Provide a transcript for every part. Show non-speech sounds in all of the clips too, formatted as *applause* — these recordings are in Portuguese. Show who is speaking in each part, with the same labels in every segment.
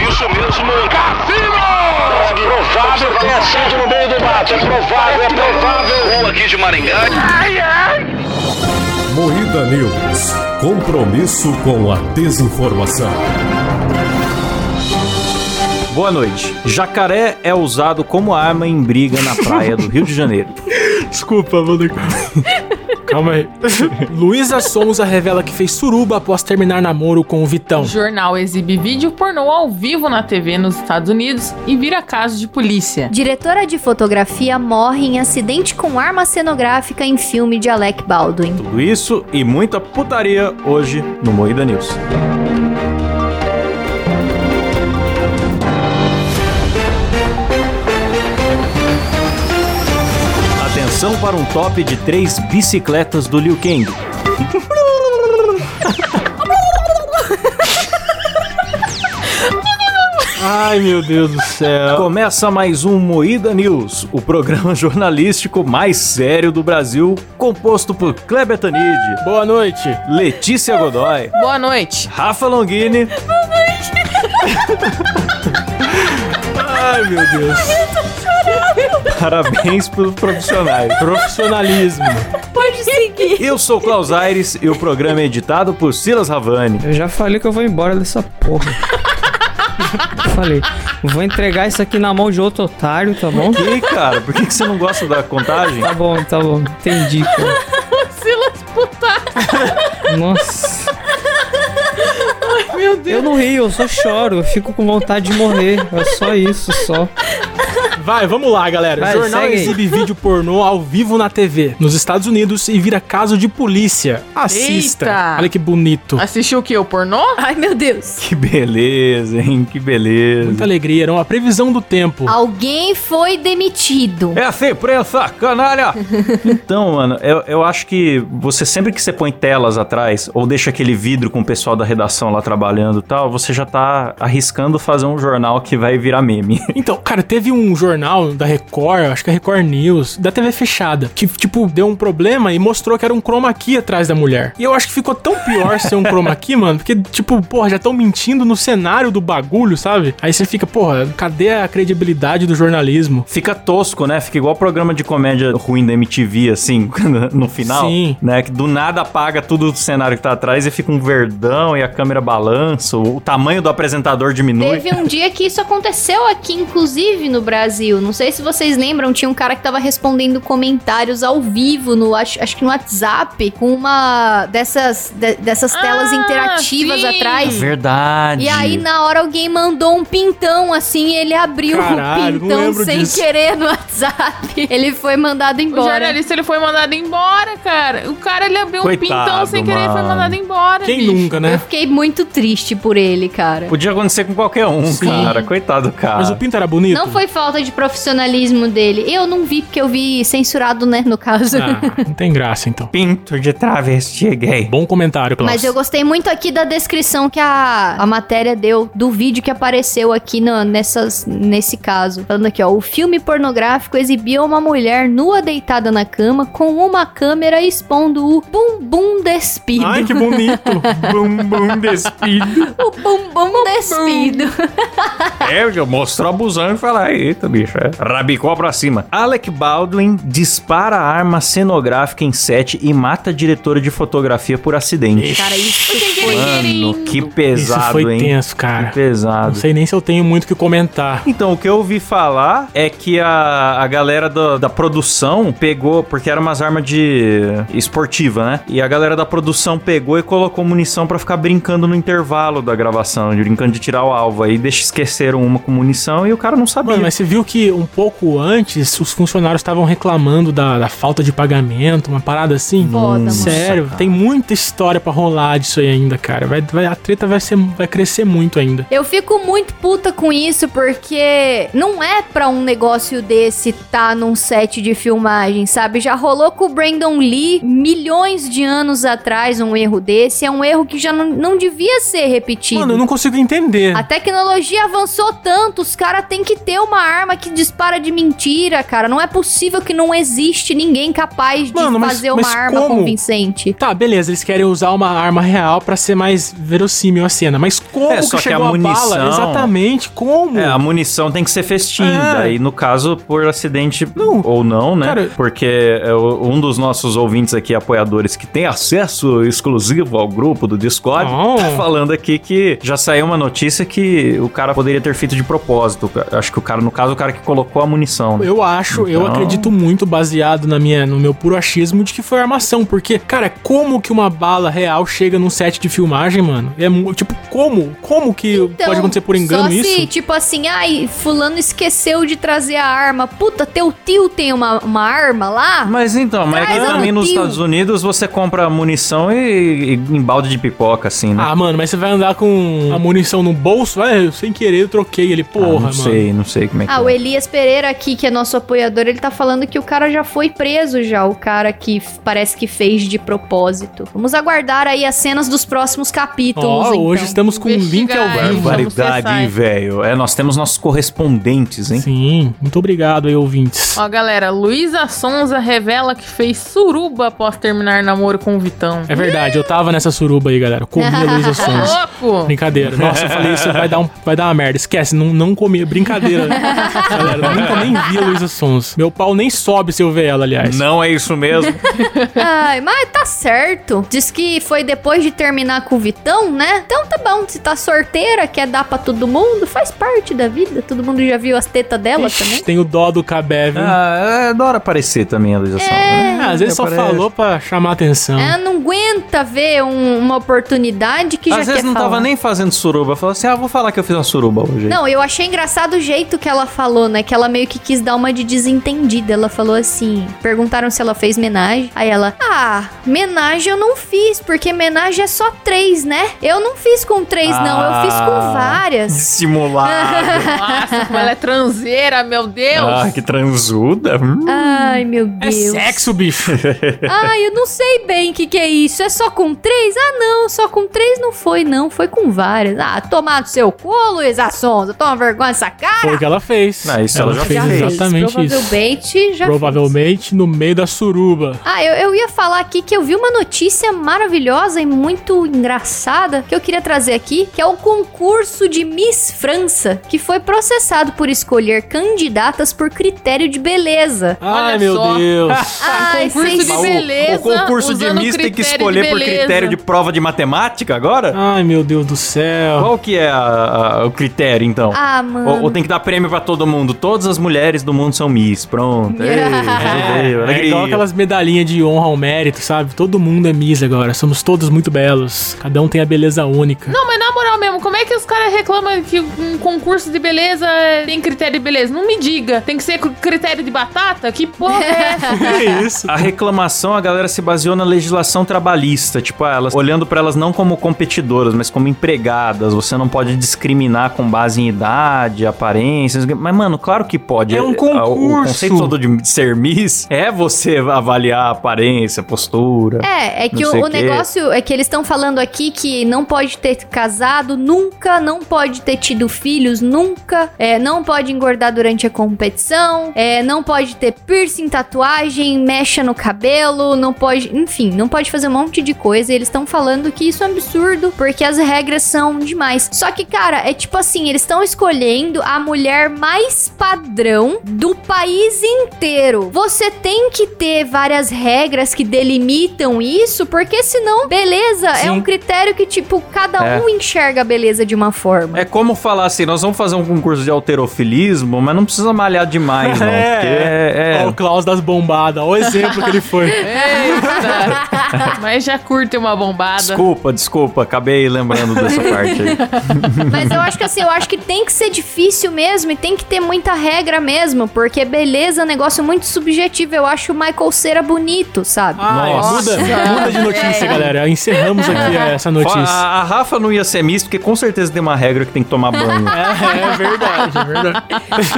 Speaker 1: Cassino! Cassino! É provável que tenha sido no meio do mato. É provável, é provável. Rua aqui de Maringá. Ai, ai.
Speaker 2: Moída News. Compromisso com a desinformação.
Speaker 3: Boa noite. Jacaré é usado como arma em briga na praia do Rio de Janeiro.
Speaker 4: Desculpa, mano. Calma aí. Luísa Souza revela que fez suruba após terminar namoro com o Vitão.
Speaker 5: O jornal exibe vídeo pornô ao vivo na TV nos Estados Unidos e vira caso de polícia.
Speaker 6: Diretora de fotografia morre em acidente com arma cenográfica em filme de Alec Baldwin.
Speaker 3: Tudo isso e muita putaria hoje no Moída News. Atenção para um top de três bicicletas do Liu Kang.
Speaker 4: Ai, meu Deus do céu.
Speaker 3: Começa mais um Moída News, o programa *laughs* jornalístico mais sério do Brasil, composto por Kleber Tanide,
Speaker 4: Boa noite.
Speaker 3: Letícia Godoy,
Speaker 5: Boa noite.
Speaker 3: Rafa
Speaker 6: *laughs*
Speaker 3: Longini.
Speaker 4: Ai, meu Deus.
Speaker 3: Parabéns pelos profissionais.
Speaker 4: Profissionalismo.
Speaker 6: Pode seguir.
Speaker 3: Eu sou Klaus Aires e o programa é editado por Silas Ravani.
Speaker 7: Eu já falei que eu vou embora dessa porra.
Speaker 5: *laughs*
Speaker 7: Eu falei, vou entregar isso aqui na mão de outro otário, tá bom?
Speaker 3: E aí, cara, por que que você não gosta da contagem?
Speaker 7: Tá bom, tá bom. Entendi, cara.
Speaker 5: Silas puta.
Speaker 7: Nossa.
Speaker 5: Meu Deus.
Speaker 7: Eu não rio, eu só choro. Eu fico com vontade de morrer. É só isso, só.
Speaker 4: Vai, vamos lá, galera.
Speaker 7: Vai,
Speaker 4: Jornal
Speaker 7: segue aí.
Speaker 4: exibe vídeo pornô ao vivo na TV nos Estados Unidos e vira caso de polícia. Assista.
Speaker 5: Eita.
Speaker 4: Olha que bonito.
Speaker 5: Assistiu o que? O pornô?
Speaker 6: Ai, meu Deus.
Speaker 3: Que beleza, hein? Que
Speaker 4: Muita
Speaker 3: beleza.
Speaker 4: alegria. Era uma previsão do tempo.
Speaker 6: Alguém foi demitido.
Speaker 3: É assim, prensa, canalha! *laughs* então, mano, eu, eu acho que você sempre que você põe telas atrás, ou deixa aquele vidro com o pessoal da redação lá trabalhando e tal, você já tá arriscando fazer um jornal que vai virar meme. *laughs*
Speaker 4: Então, cara, teve um jornal da Record, acho que é Record News, da TV fechada, que, tipo, deu um problema e mostrou que era um chroma key atrás da mulher. E eu acho que ficou tão pior ser um chroma key, mano, porque, tipo, porra, já estão mentindo no cenário do bagulho, sabe? Aí você fica, porra, cadê a credibilidade do jornalismo?
Speaker 3: Fica tosco, né? Fica igual programa de comédia ruim da MTV, assim, *laughs* no final.
Speaker 4: Sim.
Speaker 3: Né? Que do nada apaga tudo do cenário que tá atrás e fica um verdão e a câmera balança, o o tamanho do apresentador diminui.
Speaker 6: Teve um dia que isso aconteceu aqui, inclusive no Brasil. Não sei se vocês lembram, tinha um cara que tava respondendo comentários ao vivo, no, acho, acho que no WhatsApp, com uma dessas, de- dessas telas
Speaker 5: Ah,
Speaker 6: interativas
Speaker 5: sim.
Speaker 6: atrás.
Speaker 3: É Verdade.
Speaker 6: E aí, né? na hora, alguém mandou um pintão, assim, e ele abriu
Speaker 4: Caralho,
Speaker 6: o
Speaker 4: não
Speaker 6: pintão
Speaker 4: lembro
Speaker 6: sem
Speaker 4: disso.
Speaker 6: querer no WhatsApp. Ele foi mandado
Speaker 5: O
Speaker 6: embora.
Speaker 5: jornalista ele foi mandado embora, cara. O cara ele abriu um
Speaker 3: Coitado,
Speaker 5: pintão sem querer e foi
Speaker 3: mano.
Speaker 5: mandado embora.
Speaker 4: Quem
Speaker 5: bicho.
Speaker 4: nunca,
Speaker 6: Eu
Speaker 4: né?
Speaker 6: fiquei muito triste por ele, cara.
Speaker 3: Podia acontecer com qualquer um,
Speaker 4: Sim.
Speaker 3: cara. Coitado, do cara.
Speaker 4: Mas o pinto era bonito?
Speaker 6: Não foi falta de profissionalismo dele. Eu não vi, porque eu vi censurado, né, no caso.
Speaker 4: Ah, não tem graça, então.
Speaker 3: pinto de travesti gay.
Speaker 4: Bom comentário, Klaus.
Speaker 6: Mas eu gostei muito aqui da descrição que a, a matéria deu do vídeo que apareceu aqui na- nessas, nesse caso. Falando aqui, ó. O filme pornográfico exibia uma mulher nua deitada na cama com uma câmera expondo o bumbum despido.
Speaker 4: Ai, que bonito.
Speaker 3: *laughs* bum, bum, despido.
Speaker 6: *laughs* O bumbum despido.
Speaker 3: É, eu mostro abusando e falar, eita, bicho, é. Rabicó pra cima. Alec Baldwin dispara a arma cenográfica em set e mata a diretora de fotografia por acidente.
Speaker 6: Cara, isso foi...
Speaker 3: Mano, que
Speaker 4: Isso
Speaker 3: pesado,
Speaker 4: foi
Speaker 3: hein?
Speaker 4: tenso, cara.
Speaker 3: Que pesado.
Speaker 4: Não sei nem se eu tenho muito o que comentar.
Speaker 3: Então, o que eu ouvi falar é que a, a galera da- da produção pegou, porque eram umas armas de esportiva, né? E a galera da produção pegou e colocou munição pra ficar brincando no intervalo da gravação, de- brincando de tirar o alvo. Aí deixa, esqueceram uma com munição e o cara não sabia.
Speaker 4: Mano, mas você viu que um pouco antes os funcionários estavam reclamando da, da falta de pagamento, uma parada assim?
Speaker 6: Foda, mano.
Speaker 4: Sério, tem muita história pra rolar disso aí ainda, cara. Vai, vai- a treta vai, ser, vai crescer muito ainda.
Speaker 6: Eu fico muito puta com isso porque não é pra um negócio desse tá num set de filmagem, sabe? Já rolou com o Brandon Lee milhões de anos atrás um erro desse. É um erro que já não, não devia ser repetido.
Speaker 4: Mano, eu não consigo entender.
Speaker 6: A tecnologia avançou tanto, os caras têm que ter uma arma que dispara de mentira, cara. Não é possível que não existe ninguém capaz de
Speaker 4: Mano, mas-
Speaker 6: fazer
Speaker 4: mas
Speaker 6: uma arma
Speaker 4: como?
Speaker 6: convincente.
Speaker 4: Tá, beleza, eles querem usar uma arma real pra ser mais verossímil a cena. Mas como
Speaker 3: É,
Speaker 4: que
Speaker 3: só que a
Speaker 4: chegou a, bala?
Speaker 3: munição-
Speaker 4: Exatamente, como?
Speaker 3: É, a munição tem que ser festim.
Speaker 4: É.
Speaker 3: Daí, no caso, por acidente
Speaker 4: Não.
Speaker 3: ou não, né?
Speaker 4: Cara-
Speaker 3: Porque é, o- um dos nossos ouvintes aqui, apoiadores, que tem acesso exclusivo ao grupo do Discord,
Speaker 4: Não.
Speaker 3: tá falando aqui que já saiu uma notícia que o cara poderia ter feito de propósito. Acho que o cara, no caso, o cara que colocou a munição. né?
Speaker 4: Eu acho, eu
Speaker 3: Então-
Speaker 4: acredito muito, baseado na minha, no meu puro achismo, de que foi armação. Porque, cara, como que uma bala real chega num set de filmagem, mano? É mu- tipo, como? Como que
Speaker 6: Então,
Speaker 4: pode acontecer por engano
Speaker 6: só
Speaker 4: isso?
Speaker 6: Se, tipo assim, ai, fulano esqueceu de trazer a arma. Puta, teu tio tem uma, uma arma lá?
Speaker 3: Mas então, mas
Speaker 6: Traz
Speaker 3: aqui
Speaker 6: a
Speaker 3: também nos
Speaker 6: Lutil.
Speaker 3: Estados Unidos você compra munição e, e em balde de pipoca, assim, né?
Speaker 4: Ah, mano, mas você vai andar com a munição no bolso? É, sem querer eu troquei ele,
Speaker 3: Ah,
Speaker 4: porra,
Speaker 3: não
Speaker 4: mano.
Speaker 3: sei, não sei como é que
Speaker 6: Ah, o
Speaker 3: é.
Speaker 6: Elias Pereira aqui, que é nosso apoiador, ele tá falando que o cara já foi preso já, o cara que f- parece que fez de propósito. Vamos aguardar aí as cenas dos próximos capítulos,
Speaker 4: Ó,
Speaker 6: então.
Speaker 4: hoje estamos com um link ao
Speaker 5: Investigar,
Speaker 4: vivo.
Speaker 5: hein?
Speaker 3: Barbaridade,
Speaker 5: Vamos cessar.
Speaker 3: hein, velho? É, nós temos nossos correspondentes, hein?
Speaker 4: Sim, muito obrigado aí, ouvintes.
Speaker 5: Ó, galera, Luísa Sonza revela que fez suruba após terminar namoro com o Vitão.
Speaker 4: É verdade, eu tava nessa suruba aí, galera. Eu Comi
Speaker 6: *laughs*
Speaker 4: a Luísa
Speaker 5: Ô,
Speaker 4: Sons.
Speaker 5: louco!
Speaker 4: Brincadeira. Nossa, eu falei isso, vai dar, um, vai dar uma merda. Esquece, não, não comi. Brincadeira. Galera, eu nunca nem vi a Luísa Sons. Meu pau nem sobe se eu ver ela, aliás.
Speaker 3: Não é isso mesmo.
Speaker 6: Ai, mas tá certo. Diz que foi depois de terminar com o Vitão, né? Então tá bom, se tá sorteira, quer dar pra todo mundo, faz parte da vida. Todo mundo já viu as tetas dela também.
Speaker 4: Tem o dó do Cabé,
Speaker 3: *laughs*
Speaker 4: viu?
Speaker 3: ah, adora aparecer também a Luísa
Speaker 6: É,
Speaker 3: Sonza, né?
Speaker 4: Ah, às vezes só
Speaker 3: Aparece.
Speaker 4: falou pra chamar atenção.
Speaker 6: Ela não aguenta ver um- uma oportunidade que já
Speaker 3: Às vezes
Speaker 6: quer
Speaker 3: não
Speaker 6: falar.
Speaker 3: tava nem fazendo suruba. Falou assim, ah, vou falar que eu fiz uma suruba hoje.
Speaker 6: Não, eu achei engraçado o jeito que ela falou, né? Que ela meio que quis dar uma de desentendida. Ela falou assim: perguntaram se ela fez homenagem. Aí ela, ah, homenagem eu não fiz, porque homenagem é só três, né? Eu não fiz com três, não, eu fiz com
Speaker 3: Ah.
Speaker 6: várias. *laughs*
Speaker 3: Dissimulado.
Speaker 5: Nossa, como ela é transeira, meu Deus!
Speaker 3: ah, que transuda. Hum.
Speaker 6: Ah, Ai, meu
Speaker 4: É
Speaker 6: Deus.
Speaker 3: *laughs*
Speaker 4: sexo, bicho.
Speaker 6: Ai, eu não sei bem o que, que é isso. É só com três? Ah, não, só com três não foi, não. Foi com várias. Ah, tomar no seu cu, Luísa Sonza. Toma vergonha dessa cara.
Speaker 4: Foi o que ela fez.
Speaker 3: Ah, isso ela já
Speaker 6: Já
Speaker 3: fez.
Speaker 6: fez.
Speaker 4: exatamente isso.
Speaker 6: Provavelmente já fez.
Speaker 4: Provavelmente no meio da suruba.
Speaker 6: Ah, eu, eu ia falar aqui que eu vi uma notícia maravilhosa e muito engraçada que eu queria trazer aqui, que é o concurso de Miss França, que foi processado por escolher candidatas por critério de beleza.
Speaker 4: Ai,
Speaker 5: Olha
Speaker 4: meu
Speaker 5: só.
Speaker 4: Deus.
Speaker 3: *laughs*
Speaker 6: Ai,
Speaker 5: Ah, concurso
Speaker 6: vocês-
Speaker 5: de
Speaker 3: O-
Speaker 5: beleza.
Speaker 3: o concurso de
Speaker 5: usando
Speaker 3: Miss tem que
Speaker 5: critério de
Speaker 3: escolher por
Speaker 5: beleza.
Speaker 3: critério de prova de matemática agora?
Speaker 4: Ai, meu Deus do céu.
Speaker 3: Qual que é a- a- o critério, então?
Speaker 6: Ah, mano.
Speaker 3: Ou, ou tem que dar prêmio pra todo mundo? Todas as mulheres do mundo são Miss.
Speaker 6: *laughs*
Speaker 3: Pronto. Ei, resolveu,
Speaker 4: É, é
Speaker 3: alegria.
Speaker 4: igual aquelas medalhinhas de honra ao mérito, sabe? Todo mundo é Miss agora. Somos todos muito belos. Cada um tem a beleza única.
Speaker 5: Não, mas na moral mesmo, como é que os caras reclamam que um concurso de beleza tem critério de beleza? Não me diga. Tem que ser com critério de batata? Que porra é *laughs* essa?
Speaker 4: *laughs* Que isso?
Speaker 3: A reclamação, a galera se baseou na legislação trabalhista, tipo, ah, elas olhando pra elas não como competidoras, mas como empregadas. Você não pode discriminar com base em idade, aparência. Mas mano, claro que pode.
Speaker 4: É um
Speaker 3: Ah, O, o
Speaker 4: concurso.
Speaker 3: conceito todo de ser miss é você avaliar a aparência, a postura.
Speaker 6: É, é que
Speaker 3: Não
Speaker 6: o,
Speaker 3: sei
Speaker 6: o
Speaker 3: o quê.
Speaker 6: negócio é que eles estão falando aqui que não pode ter casado nunca, não pode ter tido filhos nunca, é, não pode engordar durante a competição, é, não pode ter piercing, tatuagem, mecha no cabelo, não pode, enfim, não pode fazer um monte de coisa. E eles estão falando que isso é um absurdo porque as regras são demais. Só que, cara, é tipo assim, eles estão escolhendo a mulher mais padrão do país inteiro. Você tem que ter várias regras que delimitam isso, porque senão, beleza,
Speaker 7: Sim.
Speaker 6: é um critério que, tipo, cada
Speaker 3: É.
Speaker 6: um enxerga a beleza de uma forma.
Speaker 3: É como falar assim, nós vamos fazer um concurso de alterofilismo, mas não precisa malhar demais,
Speaker 4: *laughs*
Speaker 3: não.
Speaker 4: É.
Speaker 3: porque é, é-
Speaker 4: Ó, o Klaus das bombadas. Olha o exemplo que ele *laughs* foi.
Speaker 5: Eita. mas já curte uma bombada.
Speaker 3: Desculpa, desculpa, acabei lembrando
Speaker 4: *laughs*
Speaker 3: dessa parte aí.
Speaker 6: Mas eu acho que assim, eu acho que tem que ser difícil mesmo e tem que ter muita regra mesmo, porque beleza é um negócio muito subjetivo. Eu acho o Michael Cera bonito, sabe?
Speaker 4: Ai,
Speaker 3: Nossa.
Speaker 4: muda, muda de notícia, galera. Encerramos aqui
Speaker 3: Fa-
Speaker 4: essa notícia.
Speaker 3: A, a Rafa não ia ser miss, porque com certeza tem uma regra que tem que tomar banho.
Speaker 4: *laughs* É, é verdade, é verdade.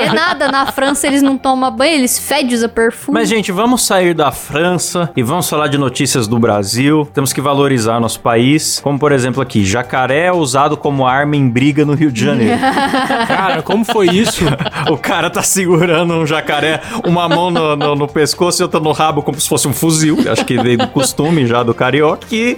Speaker 6: É nada, na França eles não tomam banho, eles fedem, usa perfume.
Speaker 3: Mas, gente, vamos sair da França e vamos falar de notícias do Brasil. Temos que valorizar nosso país. Como, por exemplo, aqui, jacaré é usado como arma em briga no Rio de Janeiro.
Speaker 4: Cara, como foi isso?
Speaker 3: *laughs* O cara tá segurando um jacaré, uma mão no, no- no pescoço e outra no rabo, como se fosse um fuzil. Acho que veio do costume já do carioca. E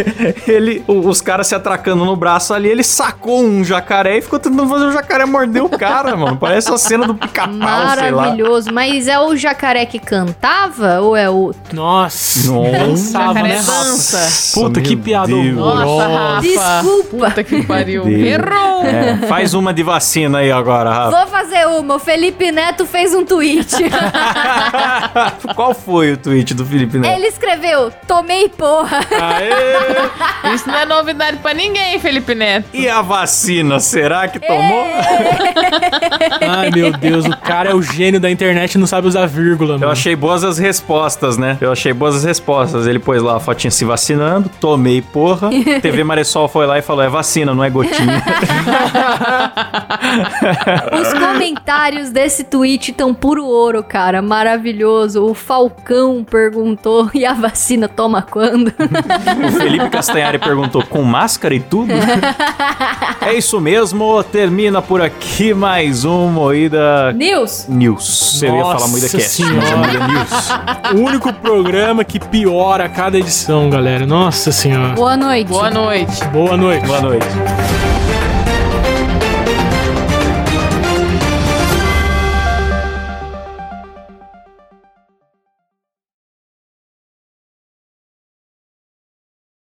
Speaker 3: *laughs* ele, o- os caras se atracando no braço ali, ele sacou um jacaré e ficou tentando fazer o jacaré morder o cara, mano. Parece a cena do pica-pau, ah, sei lá.
Speaker 6: Maravilhoso. Mas é o jacaré que cantava ou é o.
Speaker 4: Nossa.
Speaker 3: Nossa,
Speaker 4: Cansava, né,
Speaker 5: Jacaré
Speaker 4: Rafa?
Speaker 5: dança.
Speaker 4: Puta,
Speaker 3: meu
Speaker 4: que piada
Speaker 3: Deus.
Speaker 5: Nossa,
Speaker 4: horrorosa.
Speaker 5: Rafa.
Speaker 6: Desculpa!
Speaker 5: Puta que pariu.
Speaker 3: Deus.
Speaker 5: Errou!
Speaker 3: É, faz uma de vacina aí agora, Rafa.
Speaker 6: Vou fazer uma. O Felipe Neto fez
Speaker 3: *laughs*
Speaker 6: um tweet.
Speaker 3: Qual foi o tweet do Felipe Neto?
Speaker 6: Ele escreveu: Tomei porra.
Speaker 3: Aê!
Speaker 5: Isso não é novidade pra ninguém, Felipe Neto.
Speaker 3: E a vacina, será que tomou?
Speaker 4: Ai, meu Deus, o cara é o gênio da internet e não sabe usar vírgula,
Speaker 3: Eu
Speaker 4: mano.
Speaker 3: achei boas as respostas, né? Eu achei boas as respostas. Ele pôs lá a fotinha se vacinando, tomei porra.
Speaker 4: *laughs*
Speaker 3: TV Maressol foi lá e falou: é vacina, não é gotinha.
Speaker 6: Os comentários desse tweet tão puro ouro, cara. Maravilhoso. O Falcão perguntou: *laughs* e a vacina toma quando?
Speaker 3: o Felipe Castanhari perguntou: com máscara e
Speaker 4: *laughs*
Speaker 3: tudo? é isso mesmo, termina por aqui mais um Moída
Speaker 6: News!
Speaker 3: News. Eu ia
Speaker 4: Nossa
Speaker 3: falar Moída Cast, mas é
Speaker 4: Senhora.
Speaker 3: Moída News.
Speaker 4: O único programa que piora a cada edição, galera. Nossa senhora.
Speaker 6: Boa noite.
Speaker 5: Boa noite.
Speaker 4: Boa noite.
Speaker 3: Boa noite.